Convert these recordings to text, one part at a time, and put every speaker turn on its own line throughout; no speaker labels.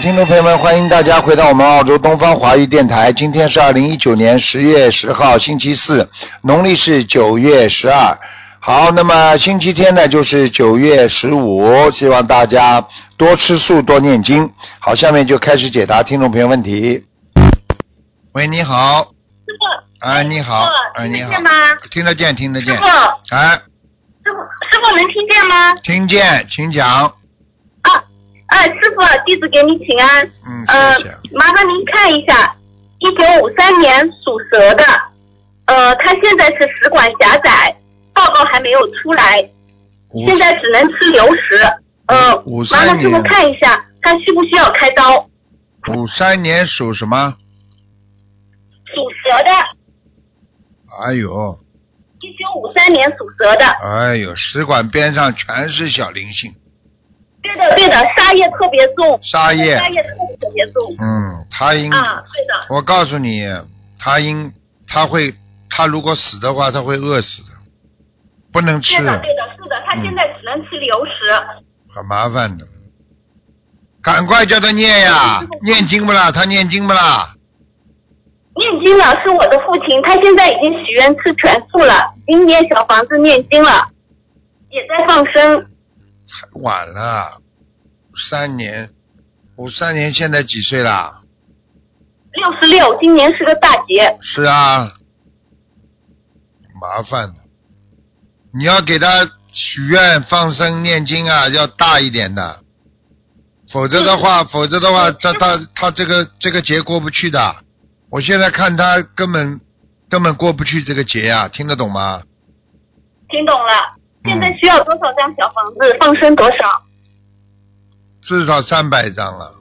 听众朋友们，欢迎大家回到我们澳洲东方华语电台。今天是二零一九年十月十号，星期四，农历是九月十二。好，那么星期天呢，就是九月十五，希望大家多吃素，多念经。好，下面就开始解答听众朋友问题。喂，你好，
师傅，
哎，你好，哎，你
哦听
好
得见，吗？哦
听得见，听得
师
见
傅，，
哎，
师傅，师傅能听见吗？
听见，请讲，
啊，啊，师傅，弟子给你请安。
嗯，
呃
谢谢，，
麻烦您看一下，一九五三年属蛇的，呃，他现在是食管狭窄，报告还没有出来，
五
呃现在只能吃流食。呃，
53
麻烦师傅
年
看一下，他需不需要开刀？
五三年属什么？
属蛇的，
哎呦，
一九五三年属蛇的，
哎呦，食管边上全是小灵性，
对的，对的，沙叶特别重，
沙叶
沙。叶特别重。
嗯，他应，
啊，对的。
我告诉你，他应，他会，他如果死的话，他会饿死的，不能吃
对，的，对的，是的，他现在只能吃流食。
很麻烦的。赶快叫他念呀，念经不啦？他念经不啦？
念经了，是我的父亲，他现在已经许愿吃全素了，已经念小房子念经了，也在放生。
太晚了，三年，五三年现在几岁啦？
六十六，今年是个大劫。
是啊，麻烦的。你要给他许愿、放生、念经啊，要大一点的，否则的话，否则的话，他他他这个这个节过不去的。我现在看他根本根本过不去这个节啊，听得懂吗？
听懂了？现在
嗯
需要多少张小房子？放生多少？
至少三百张了。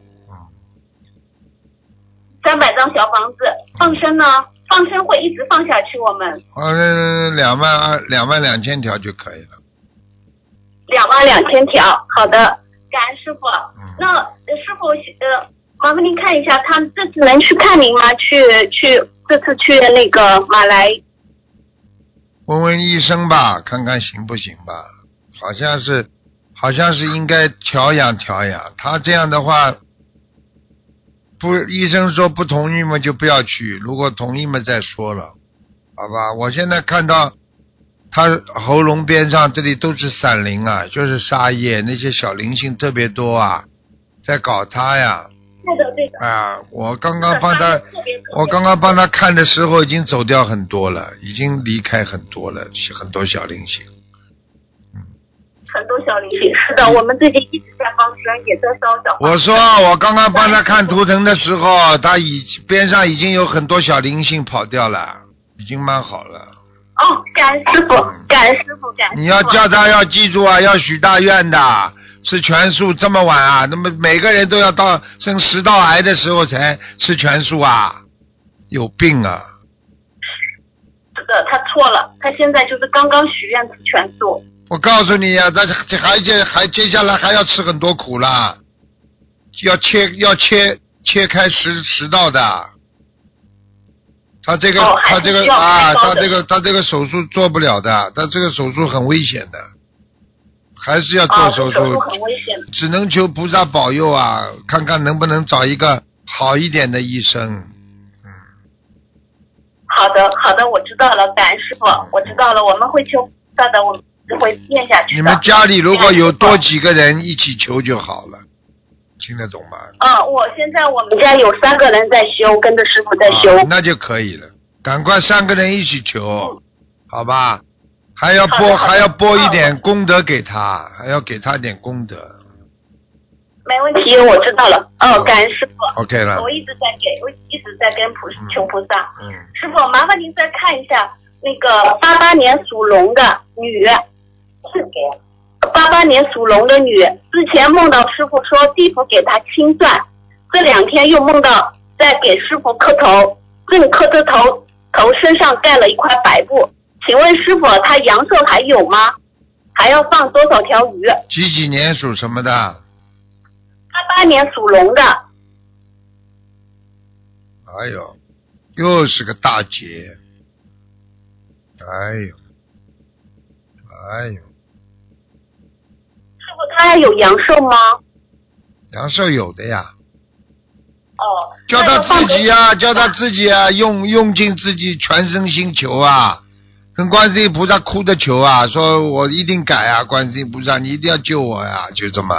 三百张小房子，放生呢？放生会一直放下去，我们
呃，两万二、两万两千条就可以了。
两万两千条。好的，感恩师傅。
嗯，
那呃师傅，呃，麻烦您看一下，他这次能去看您吗？去去，这次去那个马来，
问问医生吧，看看行不行吧。好像是，好像是应该调养调养。他这样的话，不，医生说不同意嘛，就不要去。如果同意嘛，再说了，好吧？我现在看到他喉咙边上这里都是闪灵啊，就是沙叶，那些小灵性特别多啊，在搞他呀。
对的对的。
啊，我刚刚帮
他
他，
特别特别
我刚刚帮他看的时候，已经走掉很多了，已经离开很多了，很多小灵性。
很多小灵性，是
嗯
的，我们最近一直在放生，也在烧小房
我说，我刚刚帮他看图腾的时候，他已边上已经有很多小灵性跑掉了，已经蛮好了。
哦，感恩师傅，感恩师傅，感恩师傅。
嗯你要叫他要记住啊，要许大愿的，吃全素这么晚啊，那么每个人都要到生食道癌的时候才吃全素啊，有病啊！
是的，他错了，他现在就是刚刚许愿吃全素。
我告诉你呀、那这还接还接下来还要吃很多苦啦，要切要切切开食食道的。他这个、
哦还
他
是
这个
需要
啊，
开刀
他
的
这个他这个手术做不了的，他这个手术很危险的，还是要
啊，
做手
手
术，
术很危险的。
只能求菩萨保佑啊，看看能不能找一个好一点的医生。
好的，好的，我知道了，感恩师傅，我知道了，我们会求菩萨的，我们会念下去的。
你们家里如果有多
嗯
几个人一起求就好了，听得懂吗？
嗯，我现在我们家有三个人在修，跟着师傅在修。
啊那就可以了。赶快三个人一起求，好吧？还要
好
拨
的好的
还要拨一点功德给他，还要给他点功德。
没问题，我知道了。
哦
嗯，感恩师傅，
OK 了
我，一直在给，我一直在跟菩
嗯
求菩萨。
嗯，
师傅，麻烦您再看一下那个八八年属龙的女，八八年属龙的女，之前梦到师傅说地府给她清算，这两天又梦到在给师傅磕头，正磕着头，头身上盖了一块白布。请问师傅，她阳寿还有吗？还要放多少条鱼？
几几年属什么的？
八八年属龙的，
哎呦，又是个大劫。哎呦，哎呦，
师傅她还有阳寿吗？
阳寿有的呀，
哦，
叫
那
他
要放
自
多
己
久
啊，叫他自己啊，用用尽自己全身心求啊，跟观世音菩萨哭的求啊，说我一定改啊，观世音菩萨，你一定要救我呀、就这么。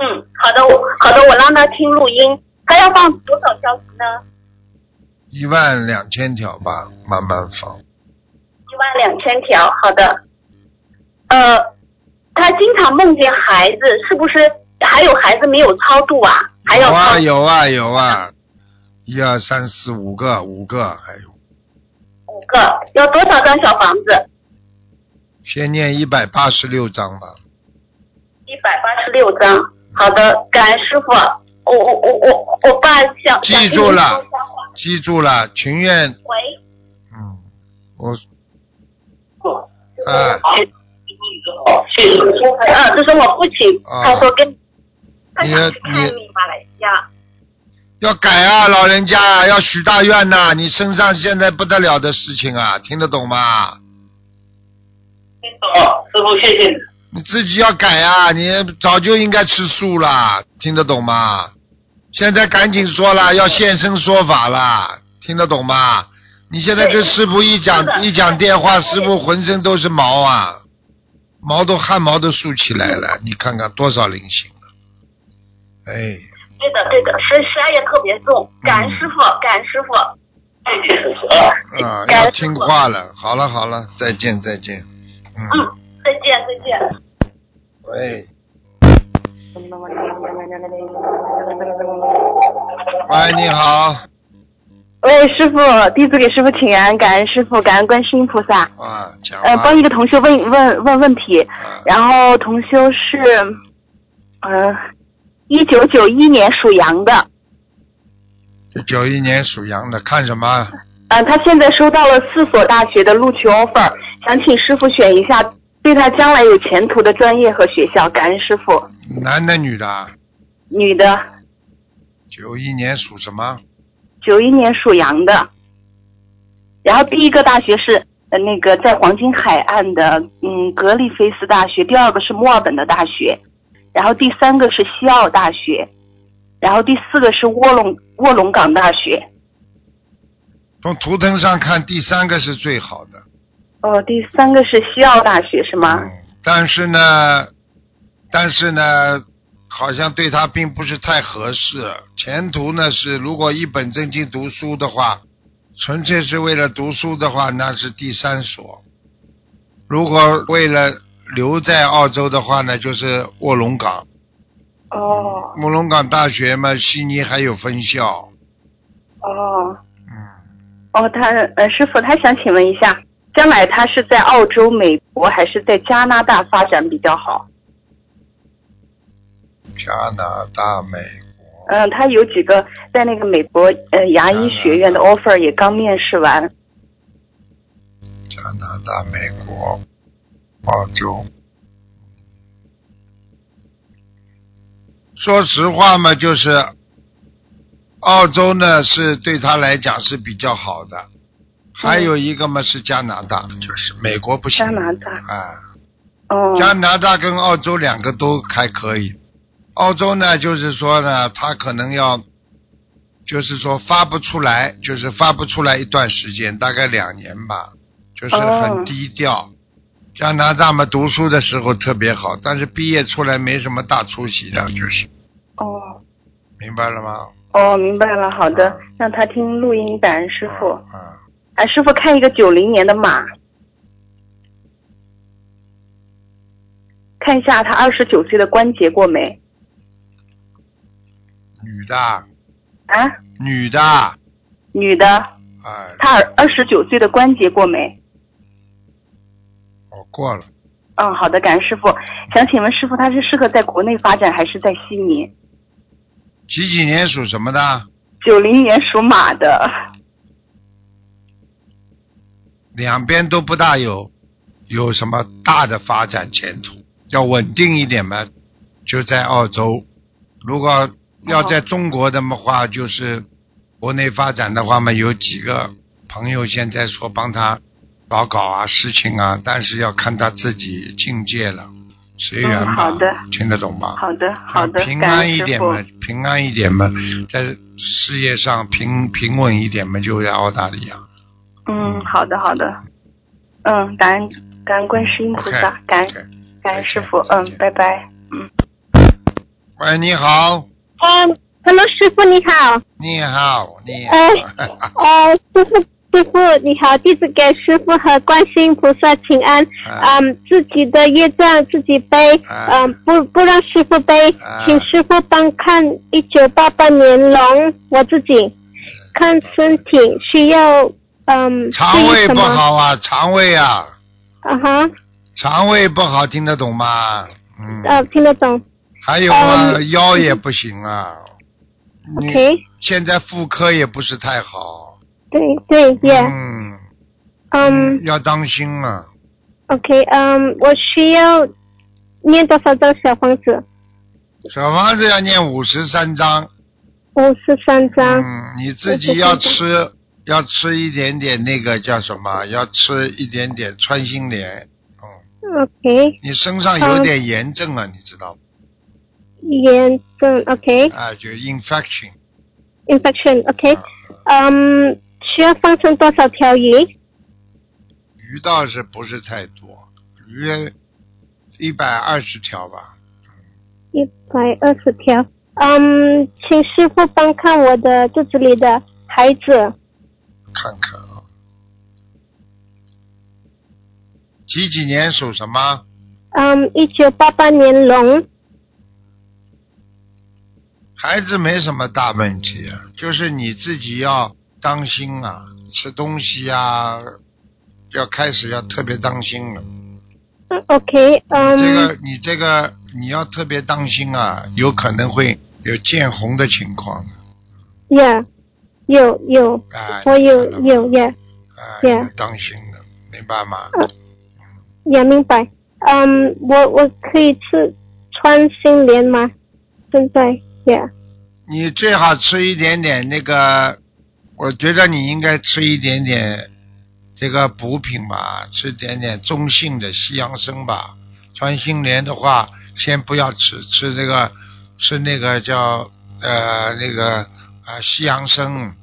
嗯，好的，我好的，我让他听录音。他要放多少消息呢？
一万两千条吧，慢慢放。
一万两千条。好的。呃，他经常梦见孩子，是不是还有孩子没有超度啊？还要
有
超
啊有啊有啊，一二三四五个五个，哎还有
五个，要多少张小房子？
先念一百八十六章吧。
一百八十六张。好的，感恩师傅。我我我我我爸想
记住了。
想跟您说一下话
记住了，情愿
喂。
嗯，我啊
嗯，嗯，啊这是我父亲，
啊
他说跟他
你
想去
你
看你马来西亚，
要改啊，老人家啊，要许大愿呐、你身上现在不得了的事情啊，听得懂吗？
哦，师傅谢谢你。
你自己要改啊，你早就应该吃素啦，听得懂吗？现在赶紧说了，要现身说法啦，听得懂吗？你现在跟师傅一
是的
讲一讲电话，师傅浑身都是毛啊，毛都汗毛都竖起来了，你看看多少灵性啊！哎，
对的对的，十十二月特别重，感恩
嗯
师傅，感恩师傅，
谢谢师傅啊。
啊，
感
要
恩师
听
傅，
话了。好了好了，再见再见。嗯，
嗯，再见再见。
喂。喂，你好，
喂，师傅，弟子给师傅请安，感恩师傅，感恩观世音菩萨。
啊，讲
呃，
吧
帮一个同修问问问问题，
啊，
然后同修是，呃，一九九一年属羊的，
九一年属羊的，看什么？
嗯、他现在收到了四所大学的录取 offer，想请师傅选一下对他将来有前途的专业和学校，感恩师傅。
男的女的啊？
女的，
九一年属什么？
九一年属羊的，然后第一个大学是呃那个在黄金海岸的嗯格利菲斯大学，第二个是墨尔本的大学，然后第三个是西澳大学，然后第四个是卧龙卧龙岗大学。
从图腾上看，第三个是最好的。
哦，第三个是西澳大学是吗？
嗯，但是呢，但是呢，好像对他并不是太合适。前途呢是，如果一本正经读书的话，纯粹是为了读书的话，那是第三所；如果为了留在澳洲的话呢，就是卧龙岗。
哦
卧龙岗大学嘛，悉尼还有分校。
哦
嗯，
哦，他呃师傅，他想请问一下，将来他是在澳洲、美国还是在加拿大发展比较好？
加拿大、美国。
嗯，他有几个在那个美国呃牙医学院的 offer 也刚面试完。
加拿大、美国、澳洲。说实话嘛，就是澳洲呢是对他来讲是比较好的，还有一个嘛是加拿大，就是美国不行
加拿大，
啊，
哦，
加拿大跟澳洲两个都还可以。澳洲呢，就是说呢，他可能要，就是说发不出来，就是发不出来一段时间，大概两年吧，就是很
哦
低调。加拿大嘛，读书的时候特别好，但是毕业出来没什么大出息的，就是
哦，
明白了吗？
哦，明白了，好的
嗯，
让他听录音感恩师傅。
啊啊
啊，师傅看一个九零年的马，看一下他二十九岁的关节过没？
女的，
啊，
女的，啊，
女的，他二二十九岁的关节过没？
我过了。
嗯，好的，感恩师傅。想请问师傅，他是适合在国内发展还是在悉尼？
几几年属什么的？
九零年属马的。
两边都不大有有什么大的发展前途。要稳定一点嘛，就在澳洲；如果要在中国的嘛话，就是国内发展的话嘛，有几个朋友现在说帮他搞搞啊事情啊，但是要看他自己境界了。随缘
嗯
吧。
好的
听得懂吧？啊
好的，好的，
嗯平
感
安
恩
一
师
点
傅
嘛。，平安一点嘛，在事业上平平稳一点嘛，就在澳大利亚。
嗯，好的，好的。嗯，感恩感恩观世音菩萨
OK，
感恩
OK
感
再见
恩师傅，
再
嗯
见，
拜拜。
喂，你好，
嗯，Hello，师傅你好，
你好，你好
哎，呃，师傅师傅你好，弟子给师傅和观世音菩萨请安，
啊
嗯，自己的业障自己背，
啊
嗯，不不让师傅背
啊，
请师傅帮看一九八八年龙，我自己看身体需要，嗯，
肠
注意
胃不
什么，
好啊，肠胃啊，
啊哈，
肠胃不好，听得懂吗？嗯，
呃，听得懂
还有啊，腰也不行啊。你
呃，OK，
现在妇科也不是太好。
对对，Yeah，
嗯
嗯
要当心啊。
，OK，嗯，我需要念多少张小房子？
小房子要念五十三
啊
章，
五十三张。
嗯，你自己要吃，要吃一点点那个叫什么？要吃一点点穿心莲。嗯，
OK，
你身上有点炎症啊，你知道吗？
炎症 OK，infection
啊，就 infection，
OK，嗯、需要放生多少条鱼？
鱼倒是不是太多，鱼一百二十条吧。
一百二十条。嗯、请师傅帮看我的肚子里的孩子，
看看啊，几几年属什么？
嗯，一九八八年龙，
孩子没什么大问题，啊就是你自己要当心啊，吃东西啊，要开始要特别当心了。
嗯 OK，嗯、
这个你这个你要特别当心啊，有可能会有见红的情况啊的
y e a h 有有，
啊
我有
你看了吗
有 Yeah，
啊，
对啊
要当心的，明白吗？
也明白。嗯、我我可以吃穿心莲吗？现在 Yeah，
你最好吃一点点那个，我觉得你应该吃一点点这个补品吧，吃点点中性的西洋参吧。穿心莲的话，先不要吃，吃这个吃那个叫呃那个啊、呃西洋参，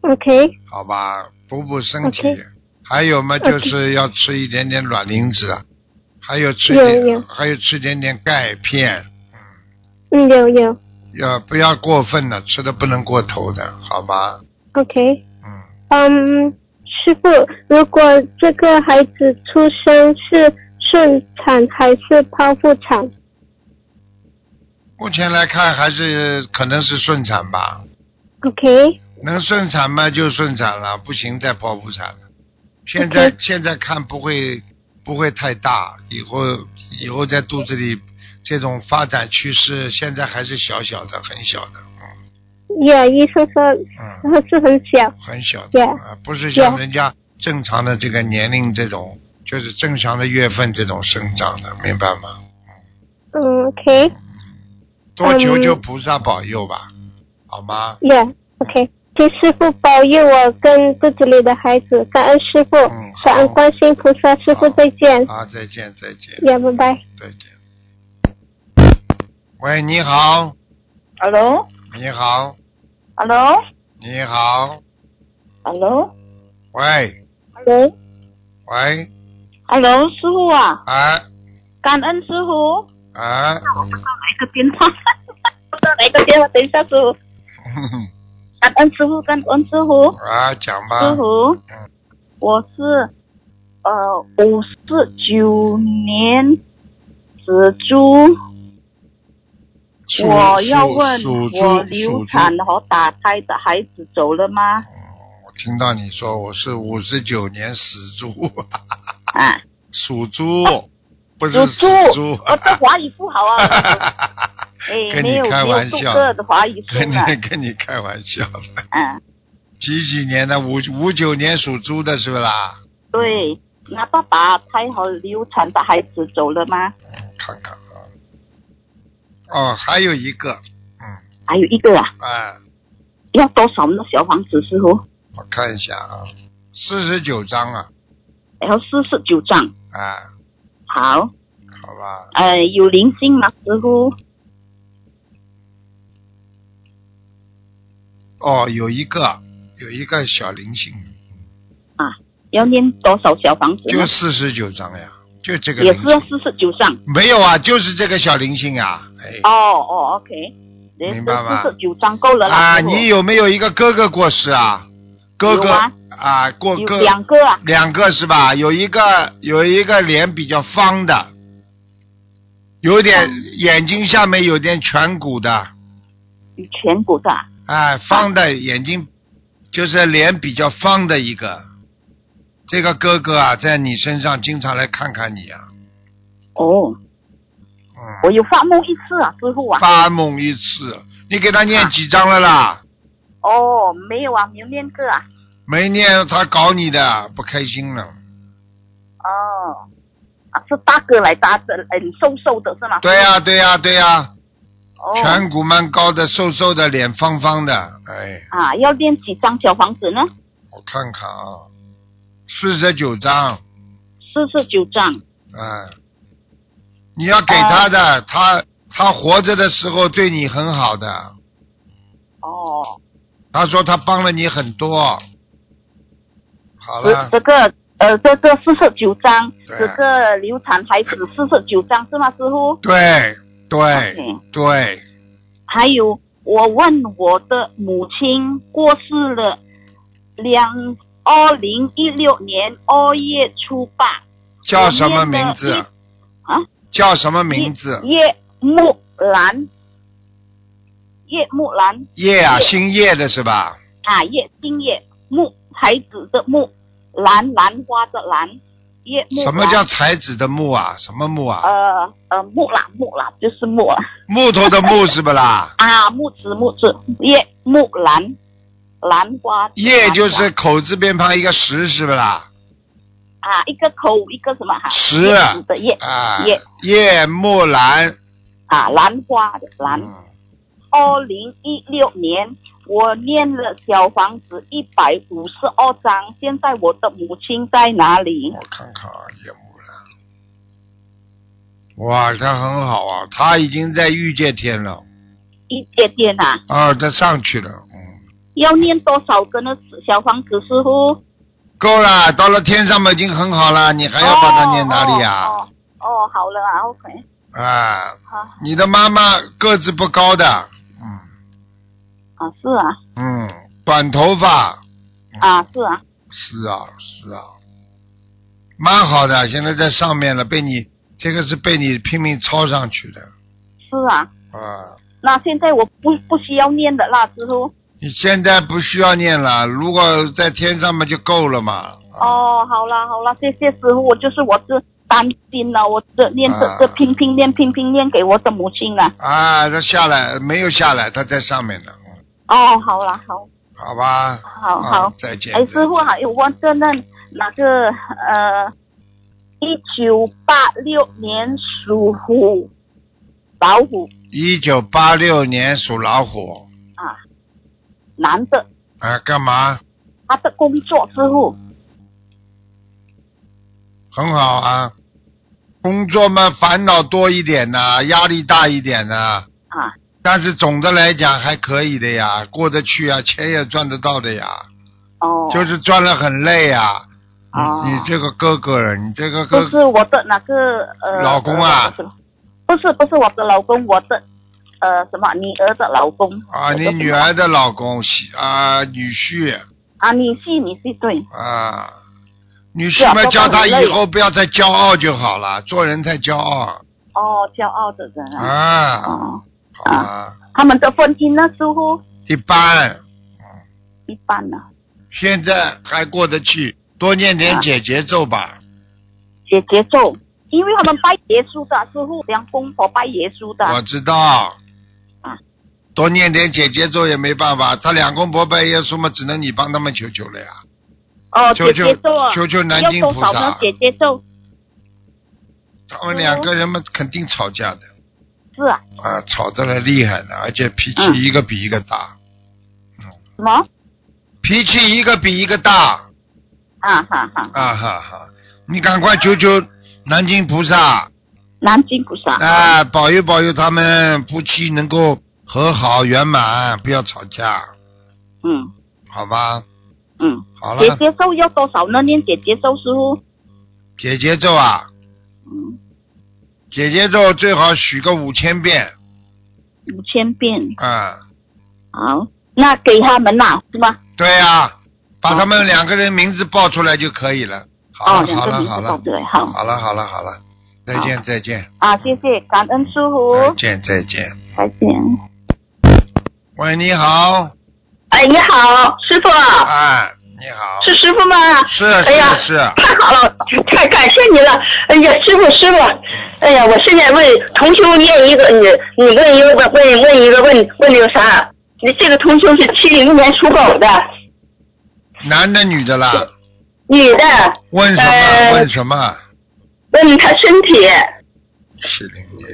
OK，
好吧，补补身体。
OK
还有嘛，
OK
就是要吃一点点卵磷脂啊，还有吃
有
点
有
还有吃点点钙片，
嗯，有有
要不要过分了，吃的不能过头的，好吧？
，OK。
嗯。
嗯，师傅，如果这个孩子出生是顺产还是剖腹产？
目前来看，还是可能是顺产吧。
OK，
能顺产嘛就顺产了，不行再剖腹产了。现在
OK
现在看不会不会太大，以后以后在肚子里这种发展趋势，现在还是小小的，很小的，
也、医生说
嗯，
说是很小。
很小的
Yeah
啊，不是像
Yeah
人家正常的这个年龄这种，就是正常的月份这种生长的，明白吗？
嗯，OK，
多求
嗯
求菩萨保佑吧，好吗？
也、OK，请师傅保佑我跟肚子里的孩子，感恩师傅，
嗯好
感恩观世音菩萨，师傅
好
再见，
啊，再见再见。
也拜拜。
再见。喂，你好，
Hello，Hello，Hello，
你好，你好，喂，
喂，
喂，
Hello，师傅啊，
啊
感恩师傅。
啊，
打一个电 话，打一个电话，等一下师傅，感恩师傅，感恩师傅，
啊，讲吧，
师傅
嗯，
我是呃五四九年子猪，
属
我要
属
问
属猪
我
属
流
猪
产和打胎的孩子走了吗？
我听到你说我是五十九年死猪，
啊，
属猪，不是
属
死
猪
猪，
我这华语不好啊， 哎，
跟你
没有
开
没
玩
有
笑
杜克的华语出
跟
了，
你跟你开玩笑的，
嗯，
几几年的？五五九年属猪的是不啦？
对，那爸爸胎和流产的孩子走了吗？
嗯看看啊，哦，还有一个，嗯，
还有一个啊，
哎。
要多少呢？小房子师傅？
我看一下啊，四十九章啊，
然后四十九张，
啊，
好，
好吧，
呃，有灵性吗？师傅？
哦，有一个有一个小灵性，
要念多少小房子呢？
就四十九张呀，就这个
也
灵
是要
性，
四十九张。
没有啊，就是这个小灵性啊，哎。
哦哦，OK，也是
明白吗
四十九张够了啦。
啊，
师傅
你有没有一个哥哥过世啊？哥哥
有啊
过
有
哥
两个啊？
两个是吧？有一个有一个脸比较方的，有点、
嗯
眼睛下面有点颧骨的，
颧骨的啊
哎，方的眼睛就是脸比较方的一个。这个哥哥啊，在你身上经常来看看你啊，
哦，我
嗯，
有发梦一次啊，师傅啊。
发梦一次，你给他念几张了啦？
哦，没有啊，没有念个啊。
没念，他搞你的，不开心了。
哦，啊，是大哥来搭的，嗯，瘦瘦的是吗？
对啊呀、对呀、对呀、
哦。
颧骨蛮高的，瘦瘦的，脸方方的，哎，
啊，要练几张小房子呢？
我看看啊，四十九张，
四十九张。
哎，你要给他的，他他活着的时候对你很好的，
哦，
他说他帮了你很多，好
这
了，
这个呃，这个四十九张，
对啊
这个流产孩子四十九张是吗，师傅？
对对
OK
对，
还有，我问我的母亲过世了，两二零一六年二月初八。
叫什么名字
我念的？啊？
叫什么名字？
叶叶木兰，叶木兰
叶啊，
叶
姓叶的是吧？
啊，叶姓叶木才子的木，兰兰花的兰，叶木兰啊
什么叫才子的木啊？什么木啊？
呃呃木兰木兰就是木兰
木头的木是不啦？
啊木子木子叶木兰兰花的兰
叶就是口字边旁一个石，是不是啦？
啊一个口一个什么哈
石
叶子的叶
啊
叶，
叶木兰。
啊兰花的兰。
嗯
二零一六年，我念了小房子一百五十二章。现在我的母亲在哪里？
我看看啊，叶木兰。哇，他很好啊，他已经在御界天了，
一点点啊，
啊，他上去了，嗯，
要念多少个呢？小房子师傅，
够了，到了天上嘛，已经很好了，你还要把它念哪里啊呀、
哦哦哦，哦好了啊，OK，
啊？
好
你的妈妈个子不高的，嗯
啊，是啊，
嗯，短头发，嗯
啊是啊，
是啊，是啊，蛮好的，现在在上面了，被你这个是被你拼命抄上去的
是啊。
啊！
那现在我不不需要念的啦，师傅。
你现在不需要念了，如果在天上面就够了嘛。啊、
哦，好啦好啦，谢谢师傅，我就是我是担心了，我这念这
啊
这拼拼念拼拼念给我的母亲啊。
啊，他下来没有下来，他在上面呢，嗯
哦，好啦好。
好吧？
哦好
啊
好
再见。
哎，师傅好，有问个那哪个呃，一九八六年属虎，老虎
一九八六年属老虎
啊，男的，
啊，干嘛？
他的工作师傅
很好啊，工作嘛，烦恼多一点呐、压力大一点呐、
啊，
但是总的来讲还可以的呀，过得去啊，钱也赚得到的呀，
哦，
就是赚了很累呀。你
哦
你这个哥哥了，你这个
不
哥
是我的哪个呃
老公啊
呃不是不是我的老公，我的呃什么女儿的老公
啊，
那个
你
什么
女儿的老公媳啊女婿
啊，你婿你婿对
啊，女
是
婿
啊
们
都
叫他
很累
以后不要再骄傲就好了，做人太骄傲
哦，骄傲的人啊，
啊，
哦，
好吧，
他们的婚姻呢，似乎
一般，
一般啊呢、
现在还过得去，多念点
啊
解节奏吧。
写节奏，因为他们拜耶稣的，师傅两公婆拜耶稣的
我知道
啊。
多念点姐姐咒也没办法，他两公婆拜耶稣嘛，只能你帮他们求求了呀。
哦，
求
姐
求
姐咒啊，
求求南京
要
菩
多少呢
萨？，
姐姐咒
他们两个人嘛肯定吵架的
是啊，
啊，吵得了厉害的，而且脾气
嗯
一个比一个大，
什么
脾气一个比一个大
啊哈哈，
啊哈哈！你赶快求求南京菩萨，
南京菩萨。
啊，保佑保佑他们夫妻能够和好圆满，不要吵架，
嗯
好吧？
嗯。
好
姐
了，
姐咒要多少呢？念姐姐咒师傅。
姐姐咒啊，
嗯，
姐姐咒最好许个五千遍
五千遍。
啊、
好，那给他们啦，是吗？
对呀、把他们两个人名字报出来就可以了。好
哦，
啊
了，
两
好了，好
个名字报
了，
对，好
好了，好了，好了，再见，再见，
啊，谢谢，感恩师傅，
哦
再见，再见。
再见。
喂，你好，
哎，你好，师傅，
哎，你好，
是师傅吗？
是
哎呀
是是，
太好了，太感谢你了！哎呀，师傅师傅，哎呀，我现在问同修念一个，你你问一个问问问一个问问那个啥？你这个同修是七零年属狗的
男的女的啦？
女的，
问什么？
呃
问什么？
问她身体，
七零年。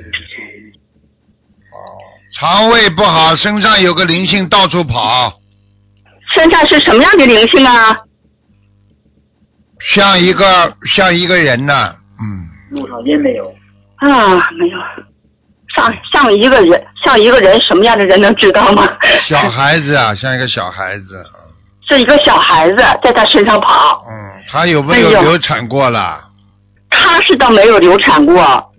哦，肠胃不好，身上有个灵性到处跑，
身上是什么样的灵性啊？
像一个像一个人呐、嗯，
录上音没有？
啊，没有，像像一个人，像一个人什么样的人能知道吗？
小孩子啊，像一个小孩子，
是一个小孩子在他身上跑，
嗯，他有没有
哎呦
流产过啦？
他是倒没有流产过，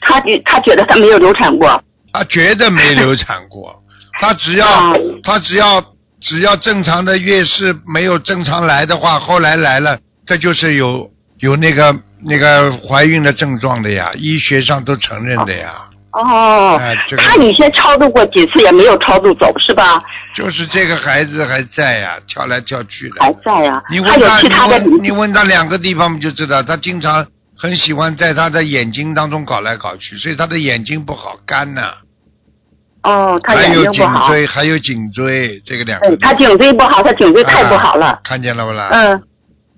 他觉他觉得他没有流产过。
他绝对没流产 过，他只要
啊
他只要只要正常的月事没有正常来的话，后来来了，这就是有有那个那个怀孕的症状的呀，医学上都承认的呀，
哦，
哎这个
他以前超度过几次也没有超度走，是吧？
就是这个孩子还在呀，跳来跳去
还
的。
在呀、
你
还
问
有
他，
其
你
他的
问你问他两个地方不就知道，他经常很喜欢在他的眼睛当中搞来搞去，所以他的眼睛不好，干呐、
哦，他
还
眼
有
睛不
颈
好，
椎，还有颈椎，这个两个
嗯，
地
他
方。
颈椎不好，他颈椎太不好
啊
了，
看见了不啦？
嗯，哦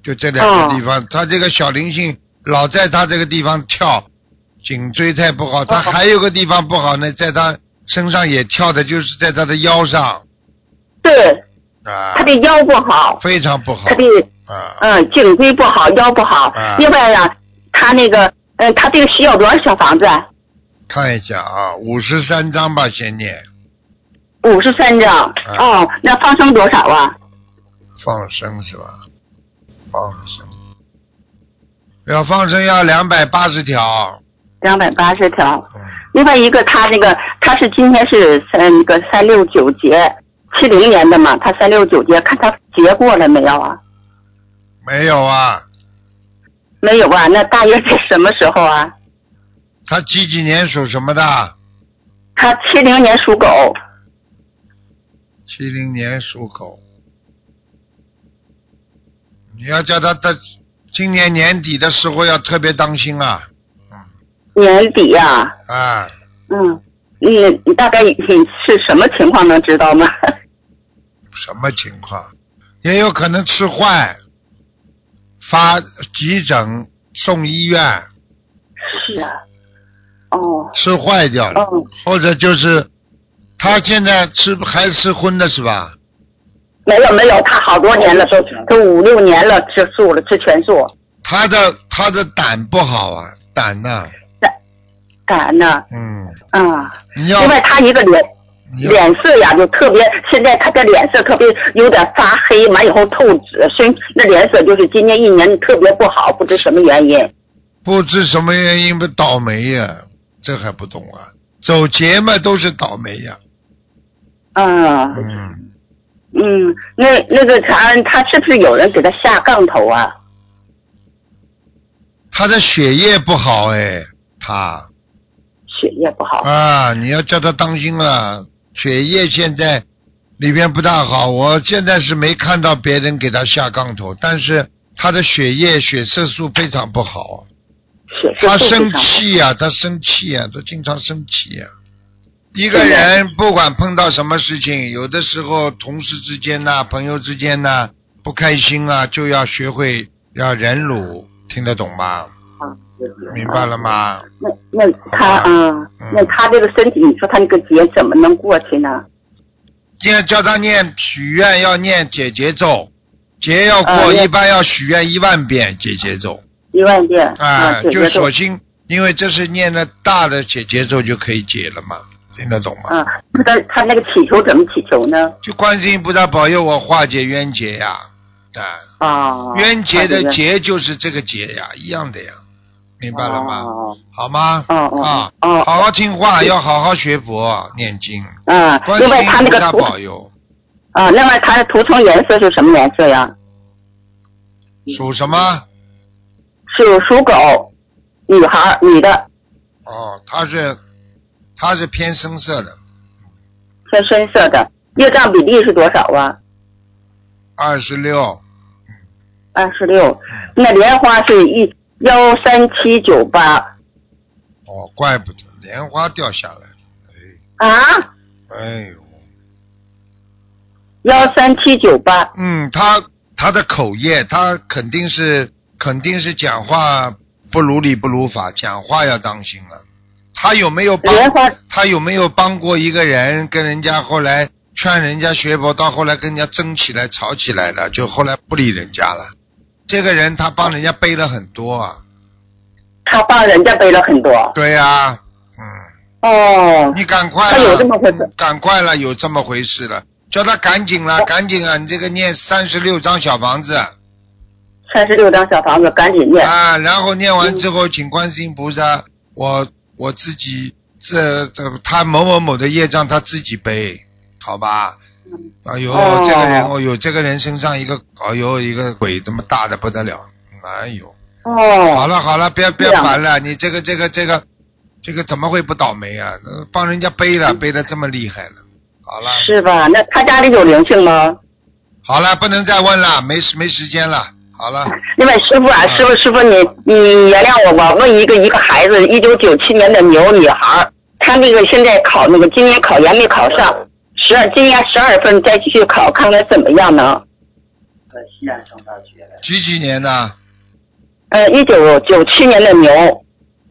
就这两个地方，他这个小灵性老在他这个地方跳，颈椎太不好。
哦
他还有个地方不好呢，在他身上也跳的，就是在他的腰上
对，
啊
他，的腰不好，
非常不好
他的
啊。
嗯，颈椎不好，腰不好。
啊
另外呀、他那个，嗯，他这个需要多少小房子啊？
看一下啊，五十三章吧，先念
五十三张。
啊
哦，那放生多少啊？
放生是吧？放生要放生要两百八十条，
两百八十条。
嗯，
另外一个，他那个他是今天是三那个三六九节，七零年的嘛，他三六九节，看他结过了没有啊？
没有啊。
没有啊，那大约是什么时候啊？
他几几年属什么的？
他七零年属狗，
七零年属狗，你要叫他他今年年底的时候要特别当心啊
年底呀、
啊！
嗯，你你大概你是什么情况能知道吗？
什么情况？也有可能吃坏，发急诊送医院，
是啊，哦，
吃坏掉了，
哦，
或者就是他现在吃还吃荤的是吧？
没有没有，他好多年了，都都五六年了，吃素了，吃全素，
他的他的胆不好啊，胆呐、
感恩呢，
嗯，
啊、
你
嗯，
要
另外他一个脸
你要
脸色呀，就特别，现在他的脸色特别有点发黑，完以后透紫，身那脸色就是今年一年特别不好，不知什么原因。
不知什么原因不倒霉呀、这还不懂啊？走劫嘛都是倒霉呀、
嗯
嗯，
嗯，那那个他他是不是有人给他下杠头啊？
他的血液不好哎，他
血液不好。
啊，你要叫他当心啊，血液现在里边不大好。我现在是没看到别人给他下杠头，但是他的血液血色素非常不好，啊
血色
他
素
生
不好
气呀、他生气呀、他经常生气呀、一个人不管碰到什么事情，有的时候同事之间呐、朋友之间呐、不开心啊，就要学会要忍辱，听得懂吗？明白了吗？
啊那那他
好吧
嗯，那他这个身体，你说他那个劫怎么能过去呢？
今天叫他念许愿，要念解结咒，节要过，
啊
一般要许愿一万遍解结咒
一万遍
啊，
解
就
决
索
咒
性因为这是念了大的解节奏就可以解了嘛，听得懂吗？
嗯，那他他那个祈求怎么祈求呢？
就观世音菩萨保佑我化解冤结呀，啊，
啊，
冤结
他这
的
个
结就是这个结呀，一样的呀，明白了吗？
哦
好吗？
哦哦
啊，
哦
好好听话，要好好学佛念经，
嗯，
观世
另外他
音菩
那个
萨
图
保佑。
啊，另外他的图腾颜色是什么颜色呀？
属什么？
是属狗，女孩儿，女的，
哦，他是他是偏深色的，
偏深色的，业障比例是多少啊？
二十六，
二十六。那莲花是一幺三七九八
哦，怪不得莲花掉下来了，
啊，
哎哎呦，
幺三七九八
嗯，他他的口业，他肯定是肯定是讲话不如理不如法，讲话要当心了。他有没有帮
莲花
他有没有帮过一个人，跟人家后来劝人家学佛，到后来跟人家争起来、吵起来了，就后来不理人家了。这个人他帮人家背了很多啊，
他帮人家背了很多。
对呀、嗯，
哦，
你赶快
他
了
有这么回事
赶快了，有这么回事了，叫他赶紧了，赶紧啊！你这个念三十六张小房子
三十六张小房子，赶紧念。
啊，然后念完之后，请观世音菩萨，我我自己这这他某某某的业障他自己背，好吧？哎呦，
哦
这个人，哦呦，这个人身上一个，哎呦，一个鬼这么大的不得了，哎呦，好
哦，
了好了，别别
这样
烦了，你这个这个这个这个怎么会不倒霉啊？呃帮人家背
嗯
了，背的这么厉害了，好了
是吧？那他家里有灵性吗？
好了，不能再问了，没时没时间了，好了，
另外，师傅啊，
嗯
师傅，师傅，你你原谅我吧。问一个一个孩子，一九九七年的牛女孩儿，她那个现在考那个今年考研没考上，十二今年十二月份再继续考，看看怎么样呢？
在西安上大学的，
几几年的？
呃，一九九七年的牛，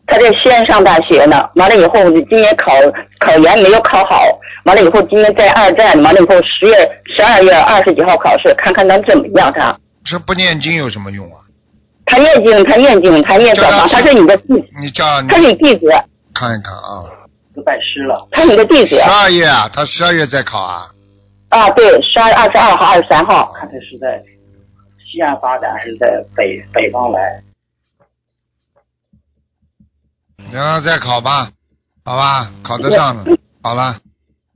她在西安上大学呢。完了以后，今年考考研没有考好，完了以后今年在二战，完了以后十月十二月二十几号考试，看看能怎么样她。
这不念经有什么用啊？
她念经，她念经，她念
叫
小
她
房，
去
她是你的弟，
你叫你
她是你弟子，
看一看啊，
都拜师了。
她是你的弟子
十。二月啊，他十二月再考啊，
啊，对，十二二十二号、二十三号，
看这是在西安发展，还是在北北方来？
你让他再考吧，好吧，考得上的，好了。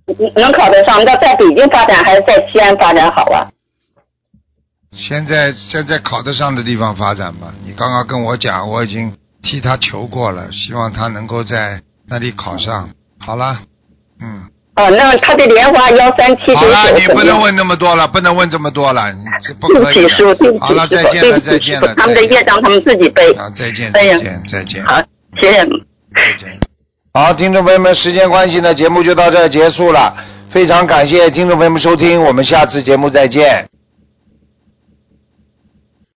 你嗯能考得上？那在北京发展还是在西安发展好啊？
现在现在考得上的地方发展吧。你刚刚跟我讲，我已经替他求过了，希望他能够在那里考上。好了，嗯，
啊，那他的莲花幺三七九
好了，你
九
不
怎么
能
样？
问那么多了，不能问这么多了，你这不
对不
可以
起，师傅，对
的。
不起，
好了，
师
再
傅，
见
对
了，
不
再
起，师
见
傅
了，，
他们的
再见
业障他们自己背。
啊，再见，
哎呀
再见，再见。
好，谢谢。
再见。好，听众朋友们，时间关系呢，节目就到这儿结束了。非常感谢听众朋友们收听，我们下次节目再见。